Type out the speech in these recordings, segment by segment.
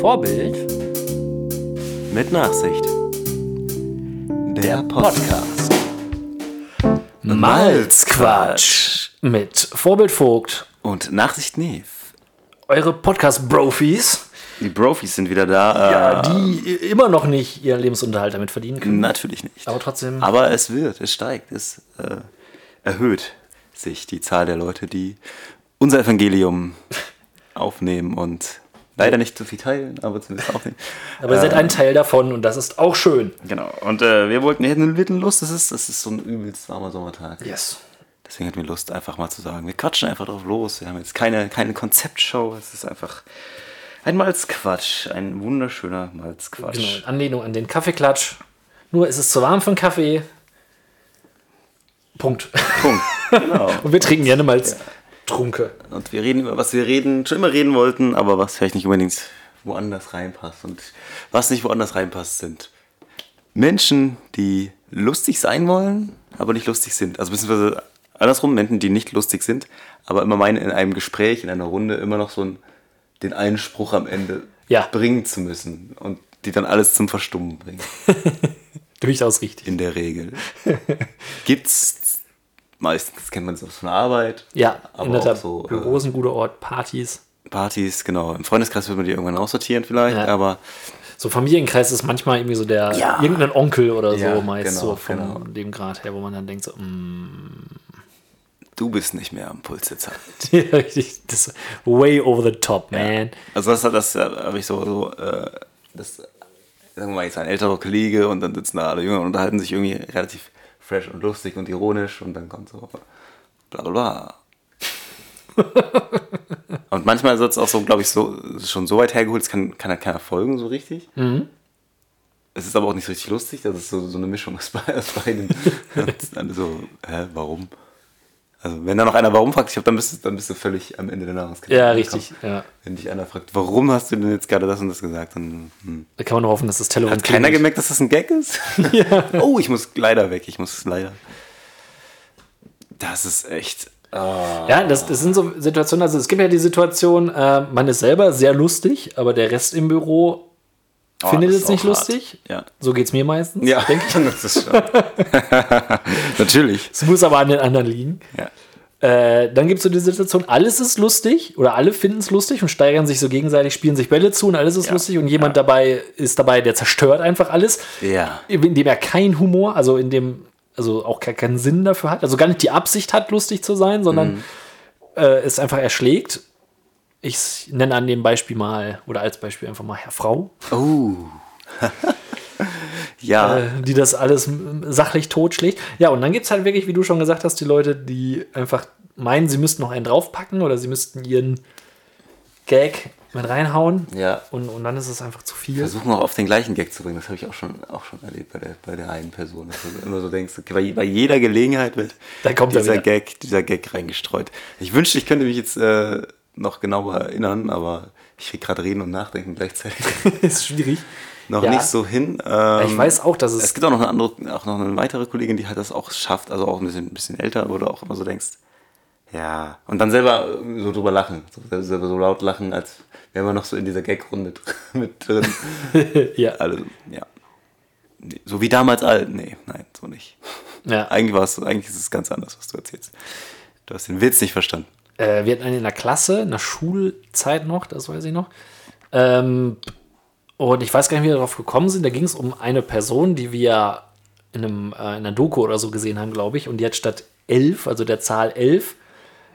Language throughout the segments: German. Vorbild Mit Nachsicht. Der Podcast. Malzquatsch mit Vorbild Vogt. Und Nachsicht Neve. Eure Podcast-Brofis, Die Brofis sind wieder da. Äh, ja, die immer noch nicht ihren Lebensunterhalt damit verdienen können. Natürlich nicht. Aber trotzdem. Aber es wird, es steigt, es äh, erhöht sich die Zahl der Leute, die unser Evangelium aufnehmen und leider nicht so viel teilen, aber zumindest aufnehmen. Aber ihr seid ein Teil davon und das ist auch schön. Genau. Und äh, wir wollten, wir hätten Litten Lust, es ist, es ist so ein übelst warmer Sommertag. Yes. Deswegen hatten wir Lust, einfach mal zu sagen, wir quatschen einfach drauf los. Wir haben jetzt keine, keine Konzeptshow, es ist einfach ein Malzquatsch, ein wunderschöner Malzquatsch. Genau. in Anlehnung an den Kaffeeklatsch. Nur ist es zu warm für einen Kaffee. Punkt. Punkt. Genau. Und wir trinken gerne mal Trunke. Und wir reden über was wir reden, schon immer reden wollten, aber was vielleicht nicht unbedingt woanders reinpasst. Und was nicht woanders reinpasst, sind Menschen, die lustig sein wollen, aber nicht lustig sind. Also beziehungsweise andersrum, Menschen, die nicht lustig sind, aber immer meinen, in einem Gespräch, in einer Runde immer noch so einen, den einen Spruch am Ende Ja. bringen zu müssen. Und die dann alles zum Verstummen bringen. Durchaus richtig. In der Regel. Gibt's meistens kennt man es aus von der Arbeit. Ja, aber in der Tat. auch so. äh, Büros ein guter Ort, Partys. Partys, genau. Im Freundeskreis wird man die irgendwann aussortieren vielleicht, Ja. aber So Familienkreis ist manchmal irgendwie so der Ja. irgendein Onkel oder so Ja, meist genau, so von genau. dem Grad her, wo man dann denkt so, mm, du bist nicht mehr am Puls der Zeit. richtig, das ist way over the top, man. Also das, das äh, habe ich so, so äh, das, sagen wir mal, jetzt ein älterer Kollege und dann sitzen da alle Jünger und unterhalten sich irgendwie relativ fresh und lustig und ironisch und dann kommt so bla bla bla. und manchmal ist es auch so, glaube ich, so, schon so weit hergeholt, es kann, kann ja keiner folgen so richtig. Mhm. Es ist aber auch nicht so richtig lustig, das ist so, so eine Mischung aus be- aus beidem. Und dann so, hä, warum? Also wenn da noch einer warum fragt, ich glaube, dann bist du, dann bist du völlig am Ende der Nahrungskette. Ja, richtig. Ja. Wenn dich einer fragt, warum hast du denn jetzt gerade das und das gesagt, dann hm. Da kann man nur hoffen, dass das Telefon hat keiner klingelt. gemerkt, dass das ein Gag ist. Oh, ich muss leider weg, ich muss leider. Das ist echt. ah. Ja, das, das sind so Situationen, also es gibt ja die Situation, äh, man ist selber sehr lustig, aber der Rest im Büro oh, findet das es ist nicht auch hart. lustig. Ja. So geht es mir meistens. Ja, denke ich. Das ist schon. Natürlich. Es muss aber an den anderen liegen. Ja. Äh, dann gibt es so die Situation, alles ist lustig oder alle finden es lustig und steigern sich so gegenseitig, spielen sich Bälle zu und alles ist Ja, lustig und jemand dabei ist dabei, der zerstört einfach alles, Ja. indem er keinen Humor, also in dem, also auch gar keinen Sinn dafür hat, also gar nicht die Absicht hat, lustig zu sein, Mhm. sondern äh, es einfach erschlägt. Ich nenne an dem Beispiel mal oder als Beispiel einfach mal Herr Frau, Oh. ja. äh, die das alles m- sachlich totschlägt. Ja, und dann gibt es halt wirklich, wie du schon gesagt hast, die Leute, die einfach meinen, sie müssten noch einen draufpacken oder sie müssten ihren Gag mit reinhauen. Ja. Und, und dann ist es einfach zu viel. versuchen auch auf den gleichen Gag zu bringen. Das habe ich auch schon, auch schon erlebt bei der, bei der einen Person. Dass du immer so denkst, okay, bei, je- bei jeder Gelegenheit wird Da kommt er dieser, wieder. Gag, dieser Gag reingestreut. Ich wünschte, ich könnte mich jetzt äh, noch genauer erinnern, aber ich will gerade reden und nachdenken gleichzeitig ist schwierig. noch Ja. nicht so hin. Ähm, Ich weiß auch, dass es- Es gibt auch noch eine andere, auch noch eine weitere Kollegin, die halt das auch schafft, also auch ein bisschen, ein bisschen älter, wo du auch immer so denkst, ja. Und dann selber äh, so drüber lachen. So, selber so laut lachen, als wären wir noch so in dieser Gag-Runde dr- mit drin. ja. Also, ja. Nee, So wie damals alt. Nee, nein, so nicht. ja. Eigentlich, war es, eigentlich ist es ganz anders, was du erzählst. Du hast den Witz nicht verstanden. Äh, wir hatten einen in der Klasse, in der Schulzeit noch, das weiß ich noch. Ähm, und ich weiß gar nicht, wie wir darauf gekommen sind. Da ging es um eine Person, die wir in, einem, äh, in einer Doku oder so gesehen haben, glaube ich. Und die hat statt 11, also der Zahl 11,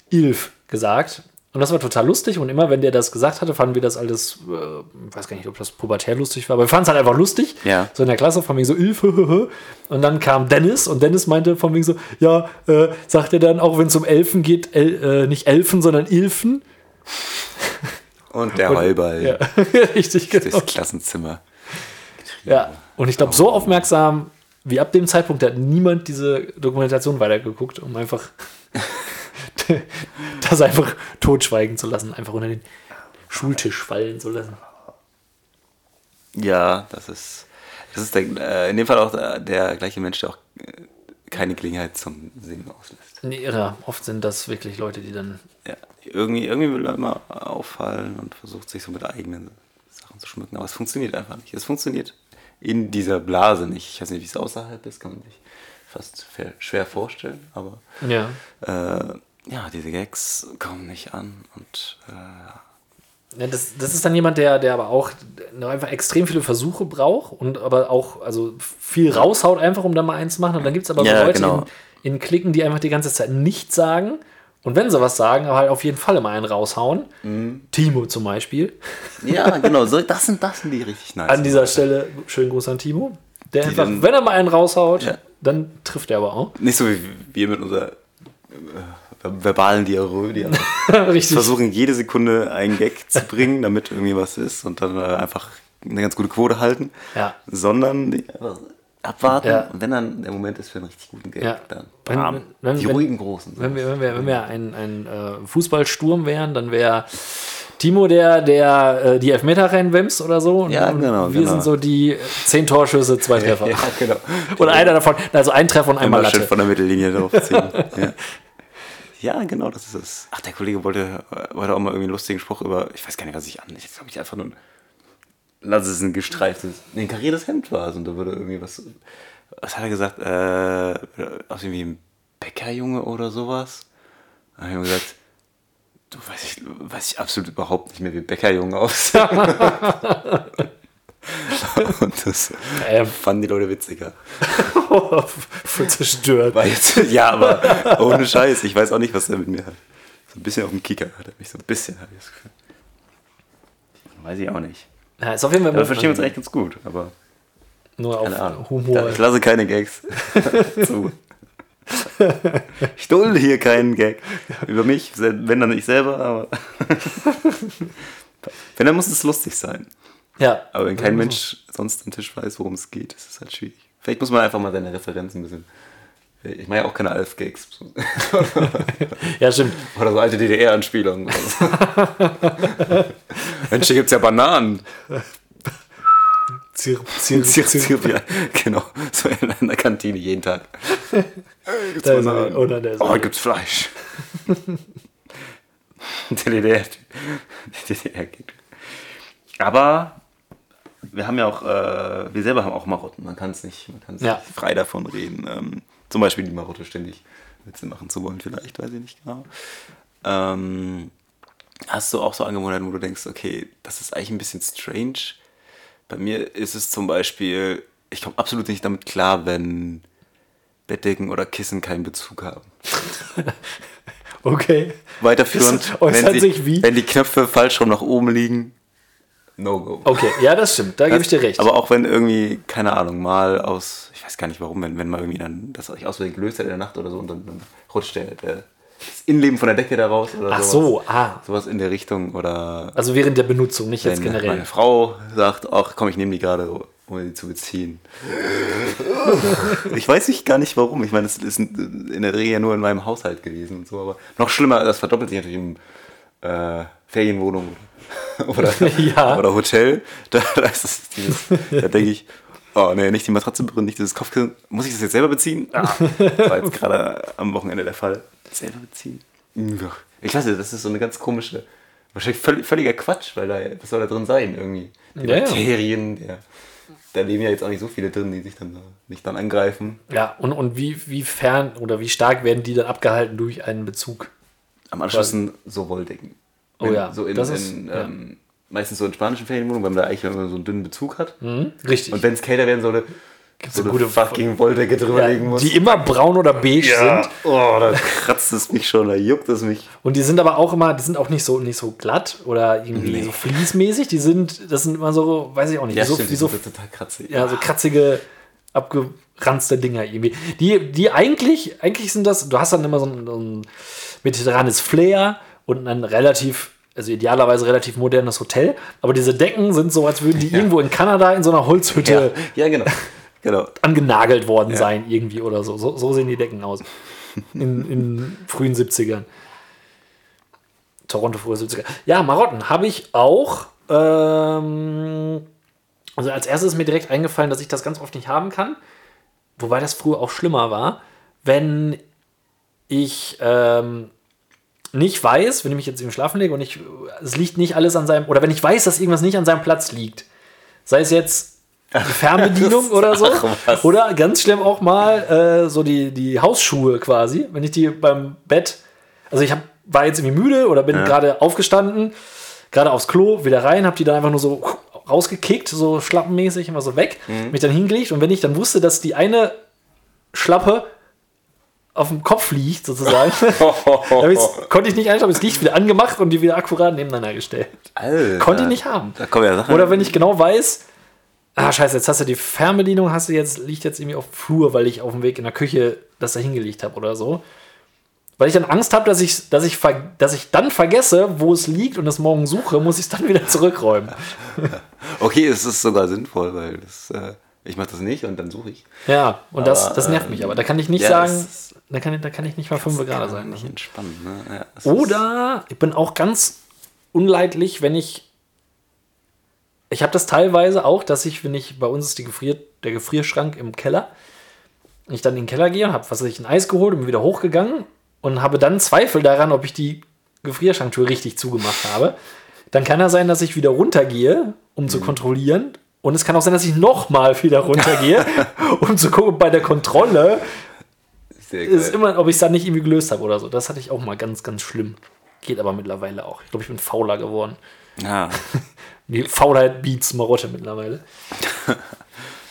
Ilf gesagt. Und das war total lustig. Und immer, wenn der das gesagt hatte, fanden wir das alles, äh, ich weiß gar nicht, ob das pubertär lustig war, aber wir fanden es halt einfach lustig. Ja. So in der Klasse, von wegen so, Ilf, höhöhö. Und dann kam Dennis und Dennis meinte von wegen so, ja, äh, sagt er dann, auch wenn es um Elfen geht, El, äh, nicht Elfen, sondern Ilfen. Und der Heuball Ja, richtig, genau. durchs Klassenzimmer. Ja. Und ich glaube, so aufmerksam wie ab dem Zeitpunkt hat niemand diese Dokumentation weitergeguckt, um einfach das einfach totschweigen zu lassen, einfach unter den Schultisch fallen zu lassen. Ja, das ist, das ist der, äh, in dem Fall auch der, der gleiche Mensch, der auch äh, keine Gelegenheit zum Singen auslässt. Nee, irre. Oft sind das wirklich Leute, die dann. Ja, irgendwie, irgendwie will er immer auffallen und versucht sich so mit eigenen Sachen zu schmücken, aber es funktioniert einfach nicht. Es funktioniert in dieser Blase nicht. Ich weiß nicht, wie es außerhalb ist, kann man sich fast ver- schwer vorstellen, aber Ja. äh, ja, diese Gags kommen nicht an und äh, Ja, Ne, das, das ist dann jemand, der, der aber auch noch einfach extrem viele Versuche braucht und aber auch also viel raushaut, einfach um dann mal eins zu machen. Und dann gibt es aber so Ja, Leute genau. in, in Klicken, die einfach die ganze Zeit nichts sagen. Und wenn sie was sagen, aber halt auf jeden Fall immer einen raushauen. Mhm. Timo zum Beispiel. ja, genau, so, das, sind, das sind die richtig nice. An dieser Stelle schönen Gruß an Timo. Der einfach, dann- wenn er mal einen raushaut, Ja. dann trifft er aber auch. nicht so wie wir mit unserer äh, verbalen Diarrhoe, die einfach Richtig. versuchen jede Sekunde einen Gag zu bringen, damit irgendwie was ist und dann äh, einfach eine ganz gute Quote halten, Ja. sondern die einfach abwarten Ja. und wenn dann der Moment ist für einen richtig guten Gag, Ja. dann Wenn- bam, wenn- die wenn- ruhigen Großen. Wenn wir, wenn wir, wenn wir ein, ein äh, Fußballsturm wären, dann wäre Timo der, der äh, die Elfmeter reinwimst oder so. Und, Ja, und genau, Wir genau. sind so die äh, zehn Torschüsse, zwei Treffer. ja, genau. Und einer davon, also ein Treffer und einmal Immer schön Latte. von der Mittellinie draufziehen. ja. ja, genau, das ist es. Ach, der Kollege wollte, äh, wollte auch mal irgendwie einen lustigen Spruch über, ich weiß gar nicht, was ich an, jetzt habe ich einfach nur, ein- lass es ein gestreiftes, nee, ein kariertes Hemd war es und da würde irgendwie was, was hat er gesagt, äh, aus wie ein Bäckerjunge oder sowas. Da hab ich ihm gesagt, du weiß ich, weiß ich absolut überhaupt nicht mehr, wie Bäckerjunge aussah. und das Ähm. fanden die Leute witziger. Für zerstört. War jetzt, ja, aber ohne Scheiß. Ich weiß auch nicht, was er mit mir hat. So ein bisschen auf dem Kicker hat er mich. So ein bisschen, habe ich das Gefühl. Weiß ich auch nicht. Ja, ist auf jeden Fall Aber verstehen wir uns eigentlich ganz gut, aber nur keine Ahnung. auf Humor. also Ich lasse keine Gags zu. Ich dulde hier keinen Gag. Über mich, wenn dann ich selber, aber. Wenn, dann muss es lustig sein. Ja. Aber wenn kein Mensch sonst am Tisch weiß, worum es geht, ist es halt schwierig. Vielleicht muss man einfach mal seine Referenzen ein bisschen. Ich mache ja auch keine Alf-Gags. ja, stimmt. Oder so alte DDR-Anspielungen. Mensch, hier gibt's ja Bananen. Zirp, zirp, Zirp, zirp, zirp, ja. Genau, so in einer Kantine jeden Tag. Hey, gibt's Da ist er Bananen. wieder. Oh, nein, da ist oh, er heute wieder. gibt's Fleisch. Der DDR. Der DDR geht. Aber wir haben ja auch, äh, wir selber haben auch Marotten. Man kann es nicht, man kann's Ja. nicht frei davon reden. Ähm, zum Beispiel die Marotte ständig Witze machen zu wollen, vielleicht, weiß ich nicht genau. Ähm, hast du auch so Angewohnheiten, wo du denkst, okay, das ist eigentlich ein bisschen strange. Bei mir ist es zum Beispiel, ich komme absolut nicht damit klar, wenn Bettdecken oder Kissen keinen Bezug haben. Okay. Weiterführend, Das äußert wenn, sie, sich wie? wenn die Knöpfe falsch rum nach oben liegen, no go. Okay, ja, das stimmt. Da gebe ich dir recht. Aber auch wenn irgendwie, keine Ahnung, mal aus, ich weiß gar nicht warum, wenn, wenn mal irgendwie dann das euch auswendig gelöst hat in der Nacht oder so und dann, dann rutscht der, der das Innenleben von der Decke da raus oder Ach sowas. so, ah. Sowas in der Richtung oder Also während der Benutzung, nicht jetzt wenn meine generell. Frau sagt, ach komm, ich nehme die gerade, ohne die zu beziehen. ich weiß nicht gar nicht warum. Ich meine, das ist in der Regel ja nur in meinem Haushalt gewesen und so, aber noch schlimmer, das verdoppelt sich natürlich in äh, Ferienwohnung oder, Ja. oder Hotel. Da, da ist es dieses, da denke ich, oh nee, nicht die Matratze berühren, nicht dieses Kopfkissen. Muss ich das jetzt selber beziehen? Ah, war jetzt gerade am Wochenende der Fall. Selber beziehen? Ja. Ich weiß nicht, das ist so eine ganz komische, wahrscheinlich völ- völliger Quatsch, weil da, was soll da drin sein irgendwie? Die Ja, ja. Bakterien, der, da leben ja jetzt auch nicht so viele drin, die sich dann, nicht dann angreifen. Ja, und, und wie, wie fern oder wie stark werden die dann abgehalten durch einen Bezug? Am Anschluss ein Sowohldecken. Oh Wenn- ja, So in, das ist- in, ja. ähm, Meistens so in spanischen Ferienwohnungen, weil man da eigentlich immer so einen dünnen Bezug hat. Hm? Richtig. Und wenn es kälter werden sollte, gibt's so Mhm. eine eine gute gute fucking Wolldecke ja, drüberlegen muss. die immer braun oder beige sind. Oh, da kratzt es mich schon, da juckt es mich. Und die sind aber auch immer, die sind auch nicht so, nicht so glatt oder irgendwie so fließmäßig. Die sind, das sind immer so, weiß ich auch nicht, wie so, wie so, total kratzig. ja, so kratzige, abgeranzte Dinger irgendwie. Die, die eigentlich, eigentlich sind das, du hast dann immer so ein, so ein mediterranes Flair und ein relativ, also idealerweise relativ modernes Hotel. Aber diese Decken sind so, als würden die irgendwo in Kanada in so einer ja, Holzhütte ja, genau. genau. angenagelt worden sein, irgendwie oder so. so. So sehen die Decken aus. In, in frühen 70ern. Toronto frühe 70er. Ja, Marotten habe ich auch. Ähm, also als erstes ist mir direkt eingefallen, dass ich das ganz oft nicht haben kann. Wobei das früher auch schlimmer war, wenn ich ähm, nicht weiß, wenn ich mich jetzt im Schlafen lege und ich, es liegt nicht alles an seinem, oder wenn ich weiß, dass irgendwas nicht an seinem Platz liegt, sei es jetzt die Fernbedienung oder so, Ach, was. oder ganz schlimm auch mal äh, so die, die Hausschuhe quasi, wenn ich die beim Bett, also ich hab, war jetzt irgendwie müde oder bin gerade aufgestanden, gerade aufs Klo, wieder rein, habe die dann einfach nur so rausgekickt, so schlappenmäßig immer so weg, Mhm. mich dann hingelegt und wenn ich dann wusste, dass die eine Schlappe auf dem Kopf liegt sozusagen, Da hab ich's- konnte ich nicht einschlafen, das Licht wieder angemacht und die wieder akkurat nebeneinander gestellt. Alter. Konnte ich nicht haben. Da kommen ja Sachen. Oder wenn ich genau weiß, ah scheiße, jetzt hast du die Fernbedienung, hast du jetzt, liegt jetzt irgendwie auf dem Flur, weil ich auf dem Weg in der Küche das da hingelegt habe oder so. Weil ich dann Angst habe, dass ich, dass, ich ver- dass ich dann vergesse, wo es liegt und es morgen suche, muss ich es dann wieder zurückräumen. Okay, es ist sogar sinnvoll, weil das, äh, ich mache das nicht und dann suche ich. Ja, und das, Aber, ähm, das nervt mich. Aber da kann ich nicht ja, sagen, das- da kann, ich- da kann ich nicht mal fünf gerade sein. Nicht entspannen. Ne? Ja, es Oder ich bin auch ganz unleidlich, wenn ich. Ich habe das teilweise auch, dass ich, wenn ich bei uns ist die Gefrier, der Gefrierschrank im Keller, und ich dann in den Keller gehe und habe was weiß ich ein Eis geholt und bin wieder hochgegangen und habe dann Zweifel daran, ob ich die Gefrierschranktür richtig zugemacht habe. Dann kann ja sein, dass ich wieder runtergehe, um zu kontrollieren. Und es kann auch sein, dass ich nochmal wieder runtergehe, um zu gucken, ob bei der Kontrolle ist sehr es ist geil. immer, ob ich es dann nicht irgendwie gelöst habe oder so. Das hatte ich auch mal ganz, ganz schlimm. Geht aber mittlerweile auch. Ich glaube, ich bin fauler geworden. ja. Die Faulheit beats Marotte mittlerweile.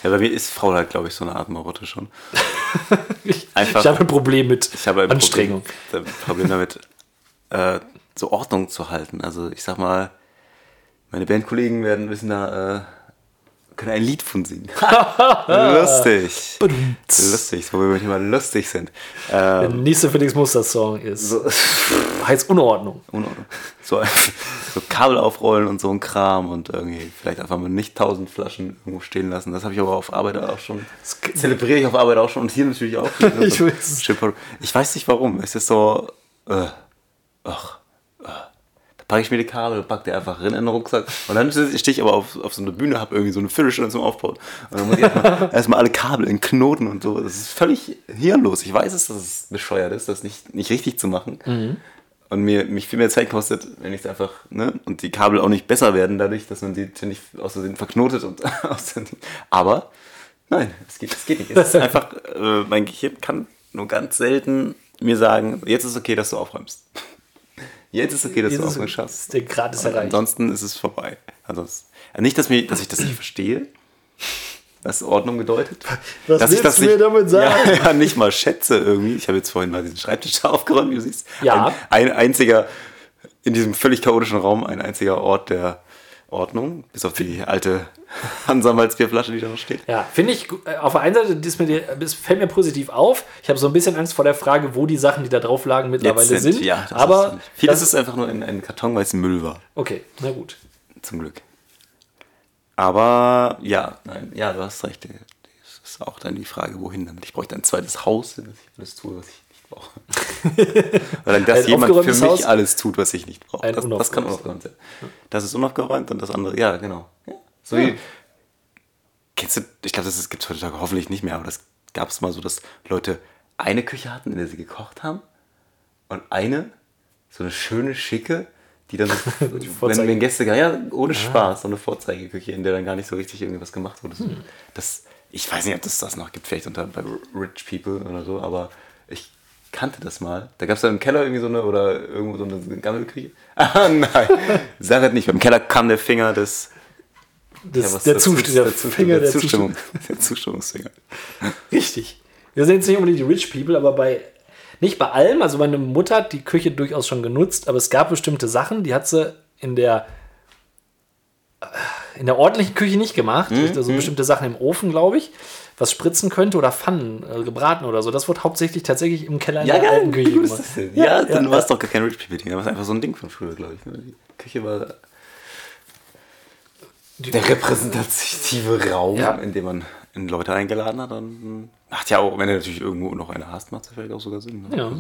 ja, bei mir ist Faulheit, glaube ich, so eine Art Marotte schon. Ich, Einfach- ich habe ein Problem mit Ich habe ein Anstrengung. Problem, ein Problem damit, äh, so Ordnung zu halten. Also ich sag mal, meine Bandkollegen werden wissen da, äh, können ein Lied von singen. lustig. Lustig, so wie wir immer lustig sind. Ähm, Der nächste Felix Muster-Song ist so, heißt Unordnung. Unordnung. So, so Kabel aufrollen und so ein Kram und irgendwie vielleicht einfach mal nicht tausend Flaschen irgendwo stehen lassen. Das habe ich aber auf Arbeit auch schon. Das k- zelebriere ich auf Arbeit auch schon und hier natürlich auch. Ich weiß es. Schipper- ich weiß nicht warum. Es ist so. Äh, ach. äh. Da packe ich mir die Kabel, packe die einfach rein in den Rucksack. Und dann stehe ich aber auf, auf so einer Bühne, habe irgendwie so eine Viertelstunde zum Aufbauen. Und dann muss ich erstmal erstmal alle Kabel in Knoten und so. Das ist völlig hirnlos. Ich weiß es, dass es bescheuert ist, das nicht, nicht richtig zu machen. Und mir, mich viel mehr Zeit kostet, wenn ich es einfach, ne? Und die Kabel auch nicht besser werden dadurch, dass man sie ständig aus Versehen verknotet und aus Versehen. Aber nein, es geht, es geht nicht. Es ist einfach, äh, mein Gehirn kann nur ganz selten mir sagen, jetzt ist okay, dass du aufräumst. Jetzt ist okay, dass du Jesus, aufräumst schaffst. Der Grad ist Und erreicht. ansonsten ist es vorbei. Ansonsten. Nicht, dass, mir, dass ich das nicht verstehe, was Ordnung bedeutet. Was dass ich willst du mir damit sagen? Ja, ja, nicht mal schätze irgendwie. Ich habe jetzt vorhin mal diesen Schreibtisch da aufgeräumt, wie du siehst. Ja. Ein, ein einziger, in diesem völlig chaotischen Raum, ein einziger Ort der Ordnung. Bis auf die alte Hansa-Malzbierflasche, die da noch steht. Ja, finde ich, gu- äh, auf der einen Seite, das, mir, das fällt mir positiv auf. Ich habe so ein bisschen Angst vor der Frage, wo die Sachen, die da drauf lagen, mittlerweile sind. Ja, das aber ist, vieles das- ist einfach nur in einem Karton, weil es Müll war. Okay, na gut. Zum Glück. Aber ja, nein, ja, du hast recht. Das ist auch dann die Frage, wohin damit. Ich bräuchte ein zweites Haus, damit ich alles tue, was ich nicht brauche. Weil dann, dass Ein jemand für aufgeräumtes mich Haus? alles tut, was ich nicht brauche. Ein Das, das kann unaufgeräumt unaufgeräumtes. sein. Das ist unaufgeräumt und das andere, ja, genau. Ja. So wie, kennst du, ich glaube, das gibt es heutzutage hoffentlich nicht mehr, aber das gab es mal so, dass Leute eine Küche hatten, in der sie gekocht haben und eine, so eine schöne, schicke, die dann, wenn, Vorzeige- wenn Gäste, gar- ja, ohne Spaß, so eine Vorzeigeküche, in der dann gar nicht so richtig irgendwas gemacht wurde. So, Hm. Das, ich weiß nicht, ob das das noch gibt, vielleicht unter bei Rich People oder so, aber ich kannte das mal. Da gab es dann im Keller irgendwie so eine, oder irgendwo so eine Gammelküche. Ah, nein, sag das nicht, beim Keller kam der Finger des, Das, ja, was- der das- Zustimmung. das- Der, Zustimmung- Finger der Zustimmung. Zustimmung. Der Zustimmungsfinger. Richtig. Wir sind jetzt nicht unbedingt die Rich People, aber bei nicht bei allem. Also meine Mutter hat die Küche durchaus schon genutzt, aber es gab bestimmte Sachen, die hat sie in der äh, in der ordentlichen Küche nicht gemacht. Mhm, Also bestimmte Sachen im Ofen, glaube ich, was spritzen könnte oder Pfannen äh, gebraten oder so. Das wurde hauptsächlich tatsächlich im Keller in der alten Küche wie gut gemacht. ist das denn? Ja, dann war es doch gar kein Rich People Ding, dann war es einfach so ein Ding von früher, glaube ich. ne? Die Küche war der repräsentative Raum, Ja. in dem man in Leute eingeladen hat. Und hm, macht ja auch, wenn du natürlich irgendwo noch eine hast, macht es vielleicht auch sogar Sinn. ne? Ja.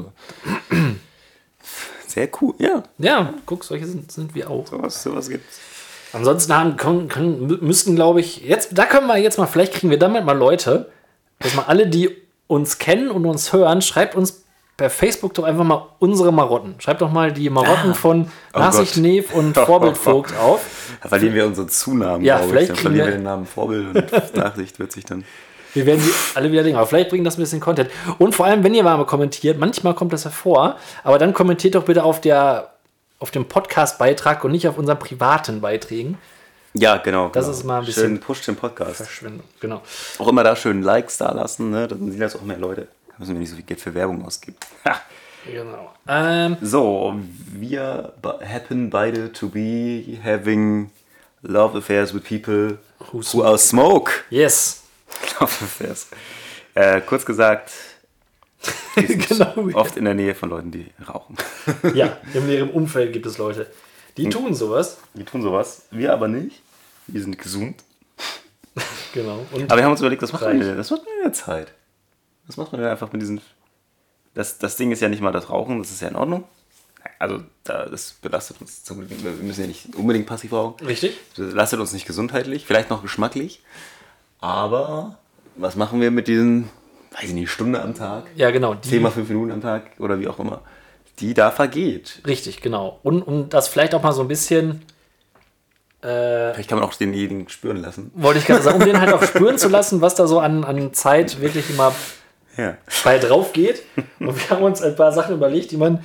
sehr cool, ja. Ja, guck, solche sind, sind wir auch. Sowas, sowas gibt's. Ansonsten haben, können, können, mü- müssten, glaube ich, jetzt, da können wir jetzt mal, vielleicht kriegen wir damit mal Leute, dass mal alle, die uns kennen und uns hören, schreibt uns per per Facebook doch einfach mal unsere Marotten. Schreibt doch mal die Marotten von Oh Nachsicht Gott. Neef und Vorbildvogt auf. Da verlieren wir unsere Zunamen, Ja, glaub vielleicht ich. Dann kriegen verlieren wir wir- den Namen Vorbild und Nachsicht wird sich dann. Wir werden sie alle wieder legen. Aber vielleicht bringen das ein bisschen Content. Und vor allem, wenn ihr mal kommentiert, manchmal kommt das hervor, aber dann kommentiert doch bitte auf der auf dem Podcast-Beitrag und nicht auf unseren privaten Beiträgen. Ja, genau. Das genau. ist mal ein Schön bisschen- pusht den Podcast. Verschwindung, genau. Auch immer da schön Likes da lassen, ne? Dann sehen das auch mehr Leute. Da müssen wir nicht so viel Geld für Werbung ausgeben. Ha. genau. Ähm, So, wir be- happen beide to be having love affairs with people Who who, are smoke. yes. Love affairs. Äh, kurz gesagt, die sind Genau, ja. oft in der Nähe von Leuten, die rauchen. Ja, im leeren Umfeld gibt es Leute, Hm. die tun sowas. Die tun sowas, wir aber nicht. Wir sind gesund. Genau. Und Aber wir haben uns überlegt, was macht man Reich. denn? Das macht man in der Zeit. Was macht man denn einfach mit diesen. Das, das Ding ist ja nicht mal das Rauchen, das ist ja in Ordnung. Also, da, das belastet uns zum Glück. Wir müssen ja nicht unbedingt passiv rauchen. richtig? Das belastet uns nicht gesundheitlich, vielleicht noch geschmacklich. Aber was machen wir mit diesen, weiß ich nicht, Stunde am Tag? Ja, genau. Die, Thema fünf Minuten am Tag oder wie auch immer, die da vergeht. Richtig, genau. Und um das vielleicht auch mal so ein bisschen, Vielleicht kann man auch denjenigen spüren lassen. wollte ich gerade sagen, um den halt auch spüren zu lassen, was da so an, an Zeit wirklich immer Ja. bei drauf geht. Und wir haben uns ein paar Sachen überlegt, die man.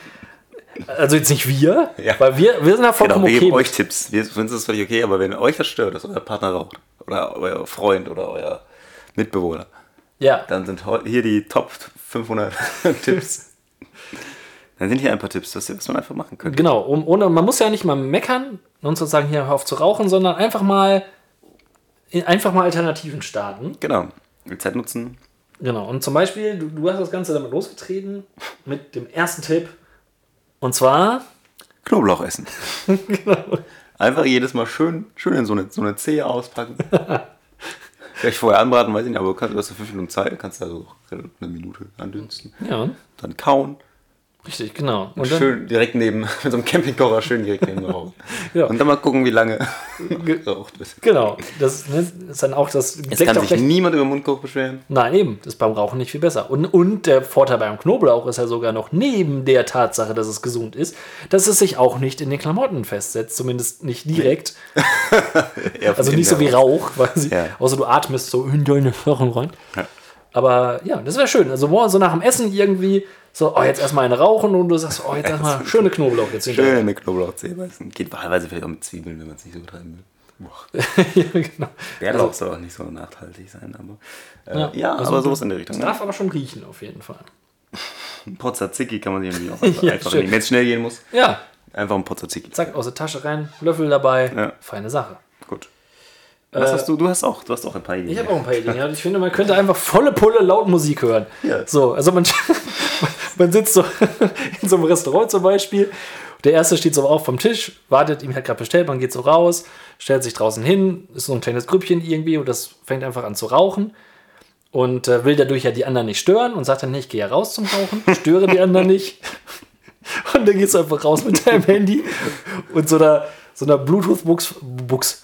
Also jetzt nicht wir, Ja. weil wir, wir sind da vollkommen Genau, wir geben okay. euch Tipps. Wir für uns ist das völlig okay, aber wenn euch das stört, dass euer Partner raucht oder euer Freund oder euer Mitbewohner, mit. Ja, dann sind heu- hier die Top 500 Tipps. Dann sind hier ein paar Tipps, was, was man einfach machen könnte. genau. Um, ohne, man muss ja nicht mal meckern und sozusagen hier hör auf zu rauchen, sondern einfach mal einfach mal Alternativen starten. Genau. Die Zeit nutzen. Genau, und zum Beispiel, du, du hast das Ganze damit losgetreten mit dem ersten Tipp. Und zwar, Knoblauch essen. Genau. Einfach jedes Mal schön, schön in so eine, so eine Zehe auspacken. Vielleicht vorher anbraten, weiß ich nicht, aber du kannst du hast so fünf Minuten Zeit, kannst also eine Minute andünsten. ja, Dann kauen. richtig, genau. Und dann, Schön direkt neben, mit so einem Campingkocher schön direkt neben rauchen. Ja. Und dann mal gucken, wie lange geraucht wird. genau, das ne, ist dann auch das. Jetzt kann auch sich gleich- niemand über Mundkoch beschweren. Nein, eben, das ist beim Rauchen nicht viel besser. Und, und der Vorteil beim Knoblauch ist ja sogar noch neben der Tatsache, dass es gesund ist, dass es sich auch nicht in den Klamotten festsetzt, zumindest nicht direkt. Also nicht so wie Rauch, quasi. Ja. Außer du atmest so in deine Knochen rein. Ja. Aber ja, das wäre schön. Also morgen so nach dem Essen irgendwie so, oh, jetzt erstmal eine rauchen und du sagst, oh, jetzt erstmal schöne Knoblauch jetzt hinterher. Schöne Knoblauchzehe beißen. Geht wahlweise vielleicht auch mit Zwiebeln, wenn man es nicht so übertreiben will. Boah. ja, genau. Bärlauch soll auch nicht so nachhaltig sein, aber äh, ja, also aber sowas in der Richtung. Das Ne? darf aber schon riechen auf jeden Fall. Ein Pozzaziki kann man sich irgendwie auch einfach, Ja, einfach schön. nehmen. Wenn es schnell gehen muss, Ja, einfach ein Pozzaziki. zack, aus der Tasche rein, Löffel dabei, Ja. feine Sache. Gut. Was hast du? Du hast auch, du hast auch ein paar Ideen. Äh, Ich habe auch ein paar Ideen. Ja. Ich finde, man könnte einfach volle Pulle laut Musik hören. Ja. So, also man, man sitzt so in so einem Restaurant zum Beispiel. Der erste steht so auf vom Tisch, wartet, ihm hat gerade bestellt, man geht so raus, stellt sich draußen hin, ist so ein kleines Grüppchen irgendwie und das fängt einfach an zu rauchen und äh, will dadurch ja die anderen nicht stören und sagt dann, nee, ich gehe ja raus zum Rauchen, störe die anderen nicht. Und dann gehst du einfach raus mit deinem Handy und so einer, so einer Bluetooth-Buchse Buchs,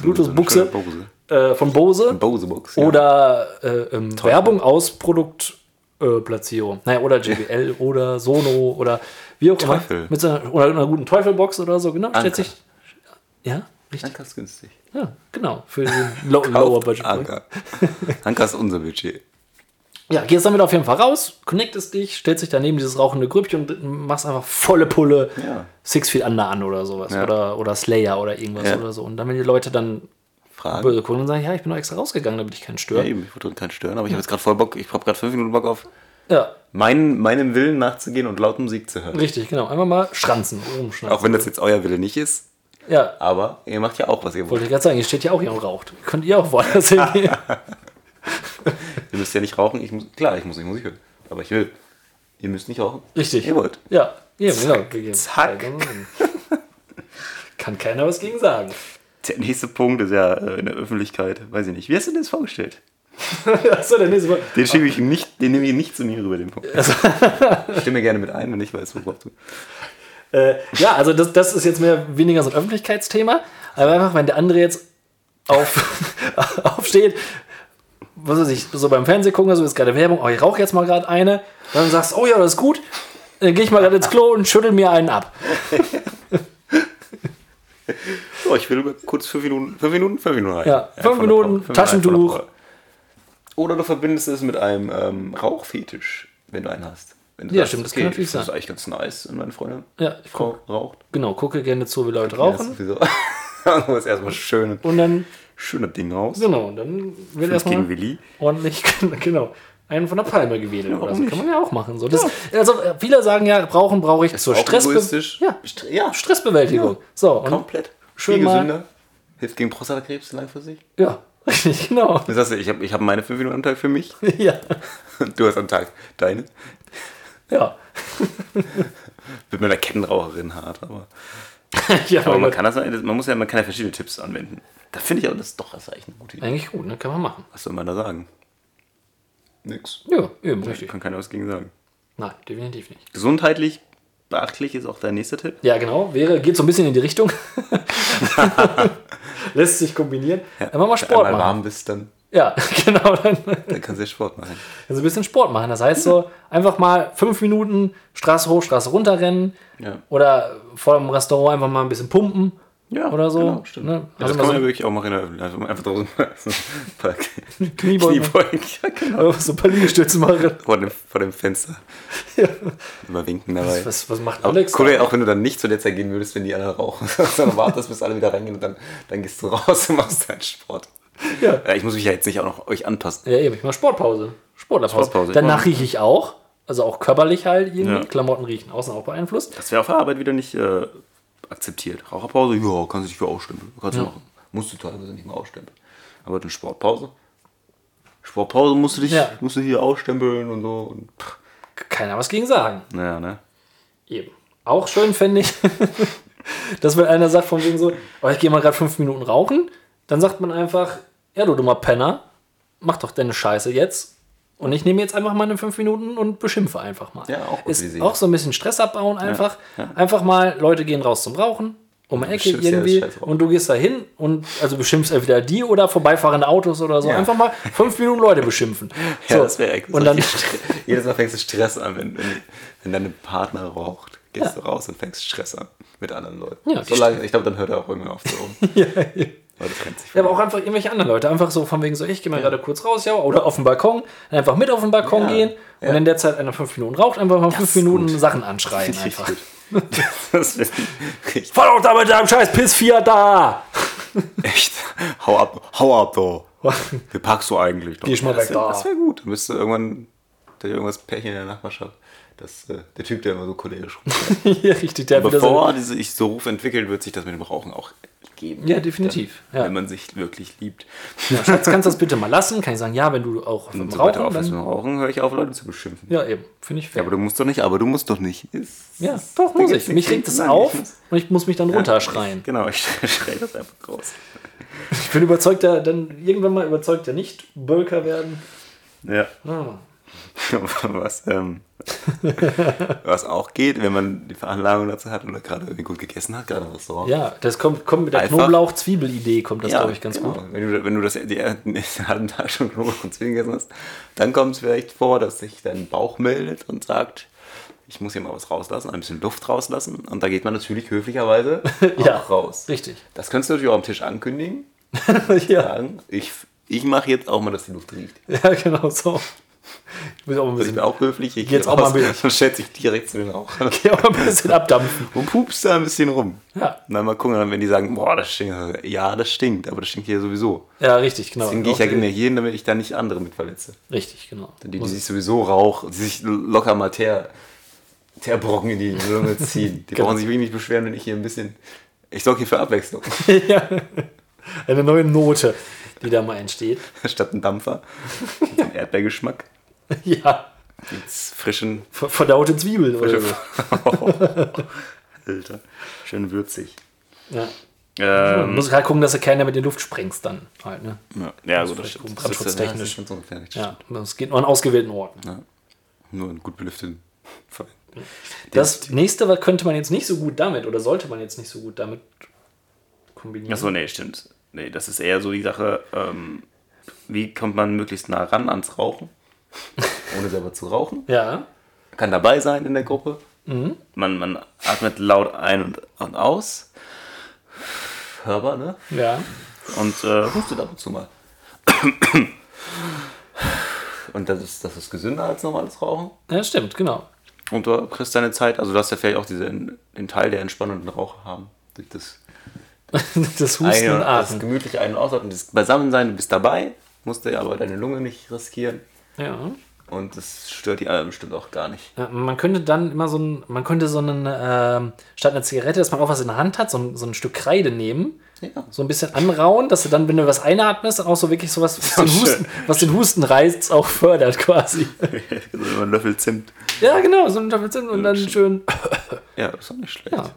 Bluetooth-Buchse Schöne Bose. äh, von Bose. Bosebox. Ja. Oder äh, ähm, Werbung aus Produktplatzierung. Äh, Platzierung. naja, oder JBL oder Sono oder wie auch Teufel. immer. Mit so einer, oder einer guten Teufelbox oder so, genau. Stellt Anker. sich. Ja, richtig. Anker ist günstig. Ja, genau. Für den low, Lower Budget. Anker. Anker ist unser Budget. Ja, gehst damit auf jeden Fall raus, connectest dich, stellst dich daneben dieses rauchende Grüppchen und machst einfach volle Pulle Ja. Six Feet Under an oder sowas. Ja. Oder, oder Slayer oder irgendwas Ja. oder so. Und dann, wenn die Leute dann Fragen? böse gucken und sagen, ja, ich bin doch extra rausgegangen, damit ich keinen Ja, störe. eben, ich wollte keinen stören, aber ich habe jetzt gerade voll Bock, ich habe gerade fünf Minuten Bock auf ja. meinen, meinem Willen nachzugehen und laut Musik zu hören. Richtig, genau. Einfach mal schranzen, rumschranzen. Auch wenn das jetzt euer Wille nicht ist, Ja, aber ihr macht ja auch, was ihr wollt. wollte ich gerade sagen, hier steht ja auch, ihr raucht. Könnt ihr auch woanders hingehen. Ihr müsst ja nicht rauchen, ich muss, klar, ich muss nicht Musik hören, aber ich will. Ihr müsst nicht rauchen. Richtig. Ihr wollt. Ja, ja genau. gegeben. zack. Kann keiner was gegen sagen. Der nächste Punkt ist ja äh, in der Öffentlichkeit, weiß ich nicht. Wie hast du denn das vorgestellt? Achso, der nächste Mal. Den schiebe ich nicht, den nehme ich nicht zu mir rüber, den Punkt. ich stimme gerne mit ein, wenn ich weiß, worauf du. Äh, ja, also das, das ist jetzt mehr weniger so ein Öffentlichkeitsthema. Aber einfach, wenn der andere jetzt auf, aufsteht, was weiß ich, so beim Fernsehen gucken, so ist gerade Werbung, oh, ich rauche jetzt mal gerade eine. Dann sagst du, oh ja, das ist gut. Dann gehe ich mal gerade ins Klo und schüttel mir einen ab. So, ich will über kurz fünf Minuten, fünf Minuten, fünf Minuten rein. Ja, fünf von der Minuten, Frau, fünf Taschentuch. von der Frau. Oder du verbindest es mit einem ähm, Rauchfetisch, wenn du einen hast. Wenn du Ja, stimmt, das kann ich natürlich find Das sein. eigentlich ganz nice, wenn meine Freundin Ja, ich guck, Frau raucht. genau, gucke gerne zu, wie Leute Ja, rauchen. sowieso. Machen wir es erstmal schön, Und dann, schön das Ding raus. genau, dann wird Das gegen erstmal Willi. ordentlich, genau, einen von der Palme gewedelt oder warum so. nicht? Kann man ja auch machen. So. Das, also, äh, viele sagen ja, brauchen brauche ich zur Auch Stressbe egoistisch. ja, Stre- ja, Stressbewältigung. Ja. So, und komplett. schön Viel mal- gesünder. Hilft gegen Prostatakrebs langfristig. ja, richtig, genau. Das heißt, ich habe ich hab meine fünf Minuten am Tag für mich. ja. Du hast am Tag deine. Ja. Wird mit einer Kettenraucherin hart, aber. ja, Aber mein man Gott. kann das, man muss ja, man kann ja verschiedene Tipps anwenden. Da finde ich aber das ist doch das ist eigentlich eine gute Idee. Eigentlich gut, ne? Kann man machen. Was soll man da sagen? Nix. Ja, eben, Ich richtig. kann keiner was gegen sagen. Nein, definitiv nicht. Gesundheitlich beachtlich ist auch der nächste Tipp. Ja, genau. Wäre, geht so ein bisschen in die Richtung. Lässt sich kombinieren. Dann machen wir Sport Wenn du machen. warm bist, dann, Ja, genau. Dann, dann kannst du ja Sport machen. also ein bisschen Sport machen. Das heißt so, einfach mal fünf Minuten Straße hoch, Straße runter rennen. Ja. Oder vor dem Restaurant einfach mal ein bisschen pumpen. oder so. Genau, stimmt. Ne? Ja, Also das mal kann so man ja wirklich auch machen in der Öffentlichkeit. Also Einfach draußen mal so ein paar Kniebeugen. Kniebeugen. Ja, genau. Einfach so ein paar Liegestütze machen. Vor dem, vor dem Fenster. Immer winken dabei. Was, was macht Aber Alex? cool wäre auch, wenn du dann nicht zu der Zeit gehen würdest, wenn die alle rauchen. dann wartest, bis alle wieder reingehen und dann, dann gehst du raus und machst deinen Sport. Ja. Ja, ich muss mich ja jetzt nicht auch noch euch anpassen. Ja, eben, ich mache Sportpause. Sportlerpause. Sportpause, Danach ja. rieche ich auch. Also auch körperlich halt irgendwie. Ja. Klamotten riechen außen auch beeinflusst. Das wäre auf der Arbeit wieder nicht äh, akzeptiert. Raucherpause, ja, kannst du dich für ausstempeln. Kannst du machen. Musst du teilweise nicht mal ausstempeln. Aber eine Sportpause. Sportpause musst du dich Ja. musst du hier ausstempeln und so. Und, pff, Keiner was gegen sagen. naja, ne? Eben. Auch schön fände ich, dass wenn einer sagt von wegen so, oh, ich gehe mal gerade fünf Minuten rauchen, dann sagt man einfach, ja du dummer Penner, mach doch deine Scheiße jetzt. Und ich nehme jetzt einfach meine fünf Minuten und beschimpfe einfach mal. Ja, auch gut, wie Ist sie- auch so ein bisschen Stress abbauen einfach. Einfach mal, Leute gehen raus zum Rauchen, um eine Ecke beschimpfst ja das irgendwie. scheiß Rauchen. und du gehst da hin und also beschimpfst entweder die oder vorbeifahrende Autos oder so. Ja. Einfach mal fünf Minuten Leute beschimpfen. Ja, So. das wäre echt. Und dann Jedes Mal fängst du Stress an, wenn, wenn, wenn dein Partner raucht. Gehst du raus und fängst Stress an mit anderen Leuten. Ja, so lange, ich glaube, dann hört er auch irgendwann auf zu rauchen. ja, ja. Weil das kennt sich Ja, aber auch einfach irgendwelche anderen Leute. Einfach so von wegen so, ich gehe mal gerade kurz raus, ja, oder auf den Balkon. Dann einfach mit auf den Balkon Ja, gehen und ja. in der Zeit einer fünf Minuten raucht, einfach mal fünf ist Minuten gut. Sachen anschreien Richtig einfach. gut. Das ist richtig. Fahr doch da mit deinem scheiß Piss Fiat da! Echt? Hau ab, hau ab, da. Wie packst du eigentlich? Doch? Geh schon mal das weg, wär- da. Das wäre gut. Dann müsste irgendwann da irgendwas Pärchen in der Nachbarschaft. Das, äh, der Typ, der immer so cholerisch ruft. ja, richtig, der hat wieder so. Bevor diese, ich so Ruf entwickelt, wird sich das mit dem Rauchen auch geben. Ja, definitiv. Dann, Ja. Wenn man sich wirklich liebt. Ja, Schatz, kannst du das bitte mal lassen? Kann ich sagen, ja, wenn du auch vom Und sobald du Rauchen aufhörst dann, mit dem Rauchen, höre ich auf, Leute zu beschimpfen. Ja, eben. Finde ich fair. Aber du musst doch nicht, aber du musst doch nicht. Ist- Ja, doch, muss ich. gibt's nichts Mich gegen regt zu es sagen. auf Ich muss- und ich muss mich dann runterschreien. Genau, ich schreie das einfach raus. Ich bin überzeugter, dann irgendwann mal überzeugter Nicht-Bölker werden. Ja. Ah, was, ähm, was auch geht, wenn man die Veranlagung dazu hat oder gerade irgendwie gut gegessen hat, gerade im Restaurant. Ja, das kommt, kommt mit der Einfach- Knoblauch-Zwiebel-Idee, kommt das, Ja, glaube ich, ganz genau. gut. Wenn du, wenn du das die, den halben Tag schon Knoblauch und Zwiebeln gegessen hast, dann kommt es vielleicht vor, dass sich dein Bauch meldet und sagt, ich muss hier mal was rauslassen, ein bisschen Luft rauslassen. Und da geht man natürlich höflicherweise auch Ja, raus. richtig. Das kannst du natürlich auch am Tisch ankündigen. ja. Sagen, ich ich mache jetzt auch mal, dass die Luft riecht. ja, genau so. Ich will auch ein Ich bisschen, bin auch höflich. Ich Geh jetzt auch mal mit. Dann schätze ich direkt zu den Rauchern. geh auch ein bisschen abdampfen. und pupst da ein bisschen rum. Ja. Und dann mal gucken, wenn die sagen, boah, das stinkt. Ja, das stinkt, aber das stinkt hier sowieso. Ja, richtig, genau. Deswegen gehe ich ja Auch- gerne hier hin, damit ich da nicht andere mit verletze. Richtig, genau. Die, die sich sowieso rauchen, die sich locker mal Teer, Teerbrocken in die Lunge ziehen. Die Genau. brauchen sich wirklich nicht beschweren, wenn ich hier ein bisschen... Ich sorge hier für Abwechslung. ja. Eine neue Note, die da mal entsteht. Statt ein Dampfer. Mit dem Erdbeergeschmack. Ja, Jetzt frischen... ver- verdaute Zwiebel oder so. Alter, schön würzig. Ja. Ähm, Man muss halt gucken, dass du keiner mit in die Luft sprengst dann halt, ne? ja, ja gut, das vielleicht stimmt. um brandschutztechnisch. Das ist schon so gefährlich, das Ja, es geht nur an ausgewählten Orten. Nur in gut belüfteten Fall. Das nächste was könnte man jetzt nicht so gut damit oder sollte man jetzt nicht so gut damit kombinieren. Achso, nee, stimmt. Nee, das ist eher so die Sache, ähm, Wie kommt man möglichst nah ran ans Rauchen, ohne selber zu rauchen? Ja. Kann dabei sein in der Gruppe. Man, man atmet laut ein und, und aus. Hörbar, ne? Ja. Und äh, hustet ab und zu mal. Und das ist, das ist gesünder als normales Rauchen. Ja, stimmt, genau. Und du kriegst deine Zeit, also du hast ja vielleicht auch diesen, den Teil der entspannenden Raucher haben. Durch das, Das Husten ein, und das Atmen. gemütliche Ein- und Ausatmen, das Beisammensein, du bist dabei, musst dir aber deine Lunge nicht riskieren. Ja. Und das stört die anderen bestimmt auch gar nicht. Ja, Äh, Man könnte dann immer so ein, man könnte so einen, ähm, statt einer Zigarette, dass man auch was in der Hand hat, so ein, so ein Stück Kreide nehmen, Ja. so ein bisschen anrauen, dass du dann, wenn du was einatmest, dann auch so wirklich so was, was, den, schön. Husten, was den Hustenreiz auch fördert quasi. Immer ein Löffel Zimt. ja, genau, so ein Tafelzinn und dann schön, Ja, ist doch nicht schlecht. ja,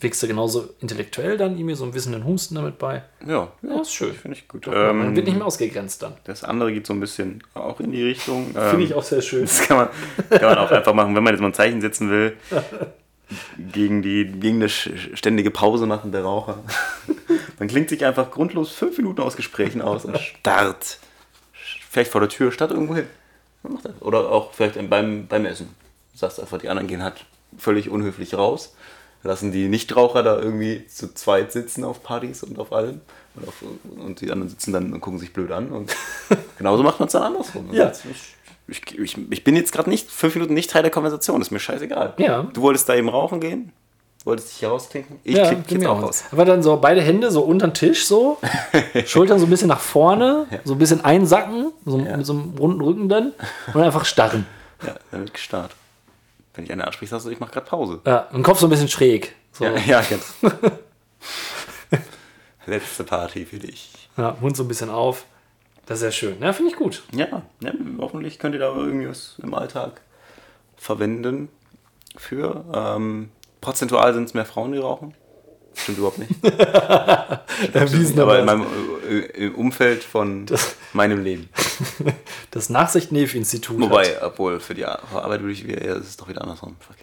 wirkst du genauso intellektuell dann irgendwie so einen wissenden Husten damit bei. ja, Ja, ist schön. finde ich gut. Man Ähm, wird nicht mehr ausgegrenzt dann. das andere geht so ein bisschen auch in die Richtung. Ähm, Finde ich auch sehr schön. Das kann man, kann man auch einfach machen, wenn man jetzt mal ein Zeichen setzen will. Gegen, die, gegen eine sch- ständige Pause machen der Raucher. Man klingt sich einfach grundlos fünf Minuten aus Gesprächen aus und starrt. Vielleicht vor der Tür, statt irgendwo hin. Man macht das. Oder auch vielleicht beim, beim Essen. Du sagst einfach, die anderen gehen halt völlig unhöflich raus. Lassen die Nichtraucher da irgendwie zu zweit sitzen auf Partys und auf allem. Und, auf, und die anderen sitzen dann und gucken sich blöd an. Und genauso macht man es dann andersrum. Also Ja. Ich, ich, ich bin jetzt gerade nicht fünf Minuten nicht Teil der Konversation, ist mir scheißegal. Ja. Du wolltest da eben rauchen gehen, wolltest dich hier rausklinken. Ich ja, klinke mich ging jetzt mir auch auch. raus. Aber dann so beide Hände so unter den Tisch so, Schultern so ein bisschen nach vorne, so ein bisschen einsacken, so Ja. mit so einem runden Rücken dann und einfach starren. Ja, dann wird gestarrt. Wenn ich einer anspricht, sagst du, ich mache gerade Pause. Ja, und Kopf so ein bisschen schräg. So. Ja, Ja. ja, genau. ganz. Letzte Party für dich. Mund so ein bisschen auf. Das ist ja schön. Ja, finde ich gut. Ja, ne, hoffentlich könnt ihr da irgendwas im Alltag verwenden für. Ähm, prozentual sind es mehr Frauen, die rauchen. Stimmt überhaupt nicht. Erwiesen aber in aber meinem äh, äh, Umfeld von meinem Leben. das Nachsicht-Neff-Institut. hat- Wobei, obwohl, für die Ar- für Arbeit würde ich, eher- ja, es ist doch wieder andersrum. Fuck.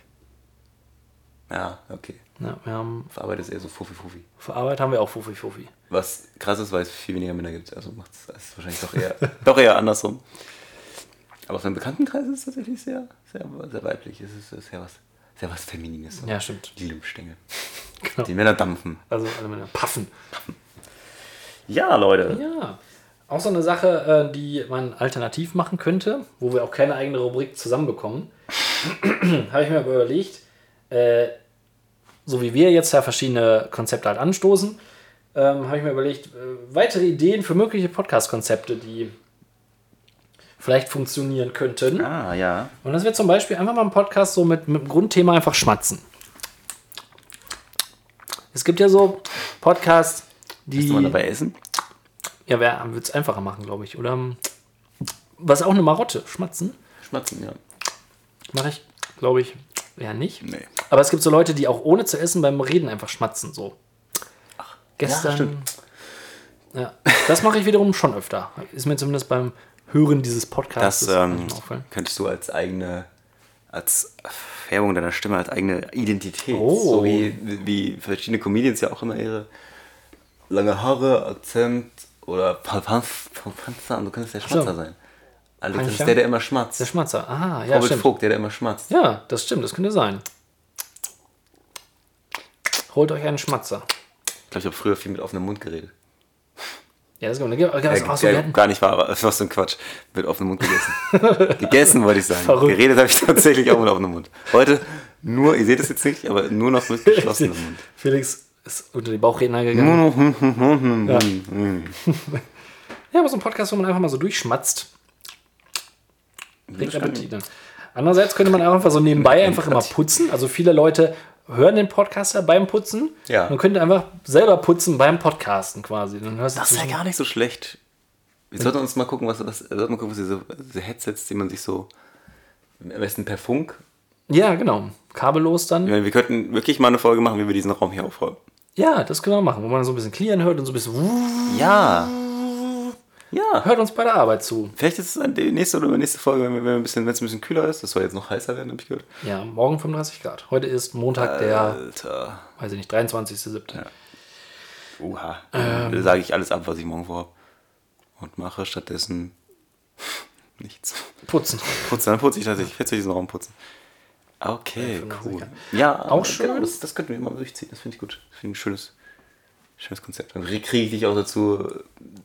Ja, okay. Ja, wir haben, Für Arbeit ist eher so Fuffi-Fuffi. für Arbeit haben wir auch Fufi-Fufi. Was krass ist, weil es viel weniger Männer gibt. Also macht es wahrscheinlich doch eher, doch eher andersrum. Aber aus meinem Bekanntenkreis ist es tatsächlich sehr, sehr, sehr weiblich. Es ist sehr was, sehr was Feminines. Ja, stimmt. Die Lumpstängel. Genau. Die Männer dampfen. Also alle Männer paffen. Ja, Leute. Ja. Auch so eine Sache, äh, die man alternativ machen könnte, wo wir auch keine eigene Rubrik zusammenbekommen, habe ich mir aber überlegt, äh, so wie wir jetzt ja verschiedene Konzepte halt anstoßen, ähm, habe ich mir überlegt, äh, weitere Ideen für mögliche Podcast-Konzepte, die vielleicht funktionieren könnten. Ah, ja. Und das wäre zum Beispiel einfach mal ein Podcast so mit, mit dem Grundthema einfach schmatzen. Es gibt ja so Podcasts, die. Kann man dabei essen? Ja, wer wird es einfacher machen, glaube ich. Oder ähm, was auch eine Marotte, schmatzen, Schmatzen, ja. mache ich, glaube ich, eher nicht. Nee. Aber es gibt so Leute, die auch ohne zu essen beim Reden einfach schmatzen, so. Gestern. stimmt. Ja, das mache ich wiederum schon öfter. Ist mir zumindest beim Hören dieses Podcasts Das ähm, manchmal aufgefallen. könntest du als eigene, als Färbung deiner Stimme, als eigene Identität, Oh. so wie, wie verschiedene Comedians ja auch immer ihre lange Haare, Akzent oder Pa- Pa- Pa- Panzer, du könntest der Schmatzer sein. Also das ist Panzer? der, der immer schmatzt. Der Schmatzer. Ah, ja, Robert stimmt. Vogt, der, der immer schmatzt. Ja, das stimmt, das könnte sein. Holt euch einen Schmatzer. Ich glaube, ich habe früher viel mit offenem Mund geredet. Ja, das kommt. Also, Der, achso, wir der hatten, gar nicht war, aber das war so ein Quatsch. Mit offenem Mund gegessen. gegessen wollte ich sagen. Verrückt. Geredet habe ich tatsächlich auch mit offenem Mund. Heute nur, ihr seht es jetzt nicht, aber nur noch mit geschlossenem Mund. Hm, Felix ist unter die Bauchredner gegangen. ja. ja, aber so ein Podcast, wo man einfach mal so durchschmatzt, bringt Appetit. Dann. Andererseits könnte man auch einfach so nebenbei einfach immer putzen. Also viele Leute hören den Podcast ja beim Putzen. Ja. Man könnte einfach selber putzen beim Podcasten quasi. Dann hörst du Das ist ja zwischen- gar nicht so Äh. schlecht. Wir sollten uns mal gucken, was, was, wir sollten mal gucken, was diese, diese Headsets, die man sich so am besten per Funk. ja, genau. Kabellos dann. Ich meine, wir könnten wirklich mal eine Folge machen, wie wir diesen Raum hier aufräumen. Ja, das können wir machen, wo man so ein bisschen klirren hört und so ein bisschen wuh, Ja. Ja. hört uns bei der Arbeit zu. Vielleicht ist es dann die nächste oder nächste Folge, wenn wir- wenn wir ein bisschen- wenn es ein bisschen kühler ist. Das soll jetzt noch heißer werden, habe ich gehört. Ja, morgen 35 Grad. Heute ist Montag, Äh. der, Alter. weiß ich nicht, 23.07. Ähm. Oha. Da sage ich alles ab, was ich morgen vorhabe. und mache stattdessen nichts. Putzen. Putzen, dann putze ich tatsächlich. Jetzt will ich diesen Raum putzen. Okay, Von der cool. Seite. Ja, Auch schön. schön. das, das könnten wir mal durchziehen. Das finde ich gut. Das finde ich ein schönes, schönes Konzept. Dann kriege ich dich auch dazu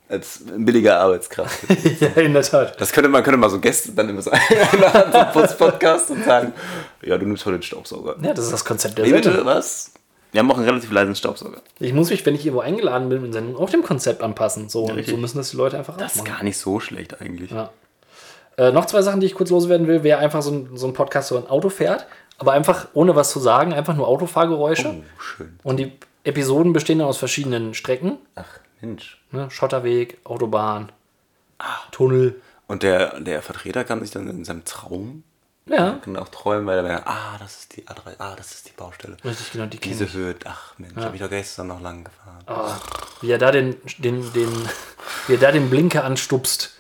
äh, als billiger Arbeitskraft. ja, in der Tat. Das könnte man könnte mal so Gäste dann immer so einladen zum Putzpodcast und sagen, ja, du nimmst heute den Staubsauger. Ja, das ist das Konzept der Wie bitte, Sendung. was? Wir haben auch einen relativ leisen Staubsauger. Ich muss mich, wenn ich irgendwo eingeladen bin, in Sendung auch dem Konzept anpassen. So, und richtig. so müssen das die Leute einfach Das ist aufmachen. gar nicht so schlecht eigentlich. Ja. Äh, noch zwei Sachen, die ich kurz loswerden will, wäre einfach so ein, so ein Podcast, wo ein Auto fährt, aber einfach ohne was zu sagen, einfach nur Autofahrgeräusche. Oh, schön. Und die Episoden bestehen dann aus verschiedenen Strecken. Ach, Mensch. Ne? Schotterweg, Autobahn, Ah. Tunnel. Und der, der Vertreter kann sich dann in seinem Traum Ja, kann auch träumen, weil er merkt, ah, das ist die A3, ah, das ist die Baustelle. richtig genau, die Käse. Diese Höhe, ach Mensch, habe ich doch gestern noch lang gefahren. Oh, Wie er da den, den, den, wie er da den Blinker anstupst.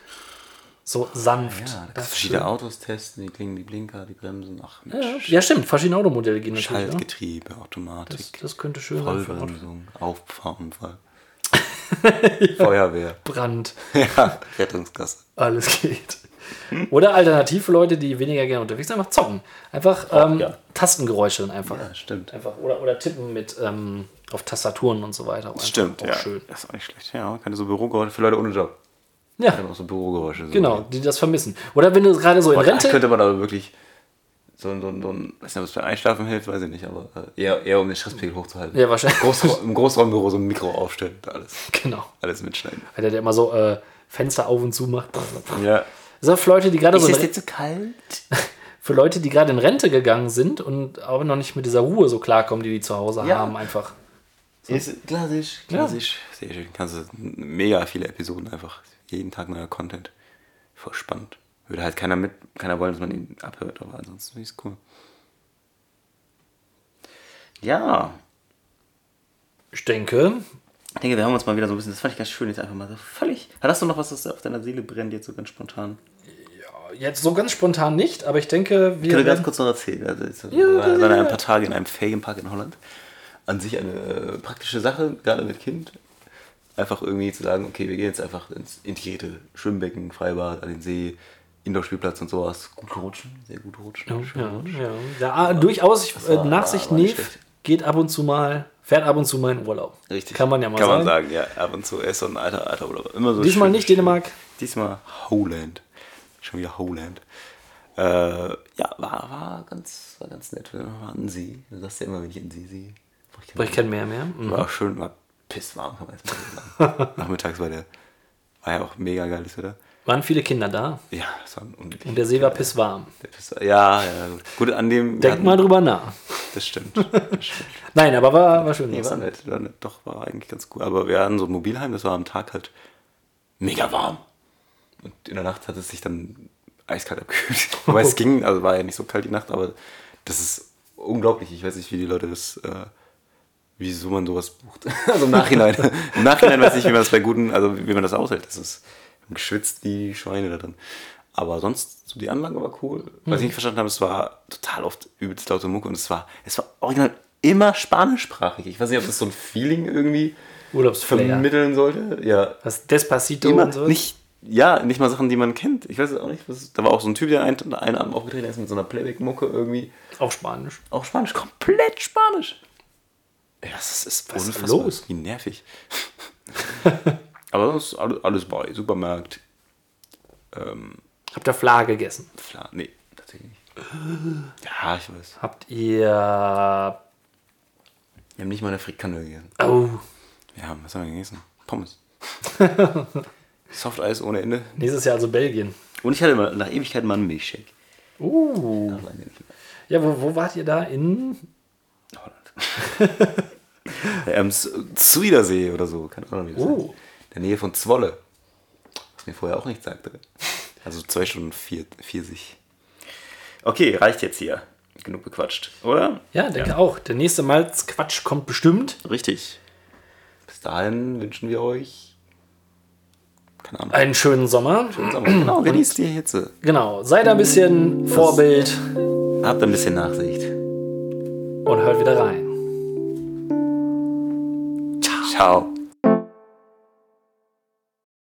So sanft. ja, da das kannst du ist verschiedene Autos testen, die klingen, die Blinker, die Bremsen, ach Mensch. schön. ja, stimmt, verschiedene Automodelle gehen natürlich. Ne? Schaltgetriebe, Automatik. Das, äh, das könnte schön sein für ein Auto. Vollbremsung, Auffahrunfall. Feuerwehr. Brand. Ja, Rettungsgasse. Alles geht. Oder alternativ für Leute, die weniger gerne unterwegs sind, einfach zocken. Einfach ähm, ja. Tastengeräusche dann einfach. Ja, stimmt. einfach oder, oder tippen mit ähm, auf Tastaturen und so weiter. Auch einfach Stimmt, auch ja. schön. Das ist auch nicht schlecht. Ja, man kann so Bürogeräusche für Leute ohne Job. Ja, Kann man auch so Bürogeräusche. So genau, die das vermissen. Oder wenn du gerade so in Rente? Rente. könnte man aber wirklich so ein, so ein, so ein weiß nicht, ob es beim Einschlafen hilft, weiß ich nicht, aber äh, eher, eher um den Stresspegel hochzuhalten. Ja, wahrscheinlich. Großra Im Großraumbüro so ein Mikro aufstellen und alles, Genau. alles mitschneiden. Alter, der immer so äh, Fenster auf und zu macht. Das Ja. ist auch für Leute, die gerade so in Re- zu kalt? für Leute, die gerade in Rente gegangen sind und aber noch nicht mit dieser Ruhe so klarkommen, die die zu Hause Ja. haben, einfach. Ist klassisch, klassisch. Sehr schön. Kannst du mega viele Episoden einfach. Jeden Tag neuer Content. Voll spannend. Würde halt keiner mit, keiner wollen, dass man ihn abhört, aber ansonsten finde ich es cool. Ja, Ich denke, Ich denke, wir haben uns mal wieder so ein bisschen, das fand ich ganz schön, jetzt einfach mal so völlig. Hast du noch was, das auf deiner Seele brennt, jetzt so ganz spontan? jetzt so ganz spontan nicht, aber ich denke, Ich wir. könnte ganz werden- kurz noch erzählen. Also, ich war, war ein paar Tage in einem Ferienpark in Holland. An sich eine äh, praktische Sache, gerade mit Kind. Einfach irgendwie zu sagen, okay, wir gehen jetzt einfach ins integrierte Schwimmbecken, Freibad, an den See, Indoor-Spielplatz und sowas. Gute Rutschen, sehr gute Rutschen. schöne Ja, Rutschen. ja. Da, ah, durchaus, ich, äh, war- Nachsicht war nicht Neve schlecht. geht ab und zu mal, fährt ab und zu mal in Urlaub. Richtig. Kann man ja mal Kann sagen. man sagen, ja. Ab und zu ist so ein alter, alter Urlaub. Immer so Diesmal schön- nicht Dänemark. Diesmal Holland. Schon wieder Holland. Äh, ja, war, war, ganz, war ganz nett. Wir waren an See. Du sagst ja immer, wenn ich an See sehe. brauch Aber ich keinen- kenne mehr, mehr. Mhm. War auch schön, war pisswarm, kann man jetzt mal so sagen. Nachmittags war der, war ja auch mega geiles Wetter. Waren viele Kinder da Ja, das war unglücklich. und der See war pisswarm. Ja, ja, gut. Gut, an dem. wir Denk hatten- mal drüber nach. Das stimmt. Das stimmt. Nein, aber war, war schön. Nee, war nett, war nett. Doch, war eigentlich ganz cool. Aber wir hatten so ein Mobilheim, das war am Tag halt mega warm. Und in der Nacht hat es sich dann eiskalt abgekühlt. Wobei es ging, also war ja nicht so kalt die Nacht, aber das ist unglaublich. Ich weiß nicht, wie die Leute das, äh, wieso man sowas bucht. Also im Nachhinein. Im Nachhinein weiß ich, wie man das bei guten, also wie man das aushält. Das ist geschwitzt wie Schweine da drin. Aber sonst, so die Anlage war cool. Was ich Mhm. nicht verstanden habe, es war total oft übelst laute Mucke und es war, es war original immer spanischsprachig. Ich weiß nicht, ob das so ein Feeling irgendwie Urlaubsflair. vermitteln sollte. Ja, Was Despacito immer und so. nicht, ja, nicht mal Sachen, die man kennt. Ich weiß es auch nicht. Was, da war auch so ein Typ, der einen, einen Abend aufgetreten ist mit so einer Playback-Mucke irgendwie. Auch Spanisch. Auch Spanisch, komplett Spanisch. Ja, das ist Was ist unfassbar. los? Wie nervig. Aber sonst alles, alles bei. Supermarkt. Ähm, Habt ihr Fla gegessen? Fla nee, tatsächlich nicht. Ja, ich weiß. Habt ihr. Wir haben nicht mal eine Frikandel gegessen. Oh. Ja, was haben wir gegessen? Pommes. Softeis ohne Ende. Nächstes Jahr also Belgien. Und ich hatte mal, nach Ewigkeiten mal einen Milchshake. Uh. Nach lange nicht mehr. Ja, wo, wo wart ihr da? In. Holland. ähm, Z- Zuidersee oder so, keine Ahnung, wie das heißt. Oh. In der Nähe von Zwolle. Was mir vorher auch nicht sagte. Also zwei Stunden vier, 40. Okay, reicht jetzt hier. Genug gequatscht, oder? Ja, denke auch. Der nächste Mal Quatsch kommt bestimmt. Richtig. Bis dahin wünschen wir euch. Keine Ahnung. Einen schönen Sommer. Sommer. Genau, genießt die Hitze. Genau. Seid ein bisschen Vorbild Habt ein bisschen Nachsicht. und hört wieder rein. Ciao.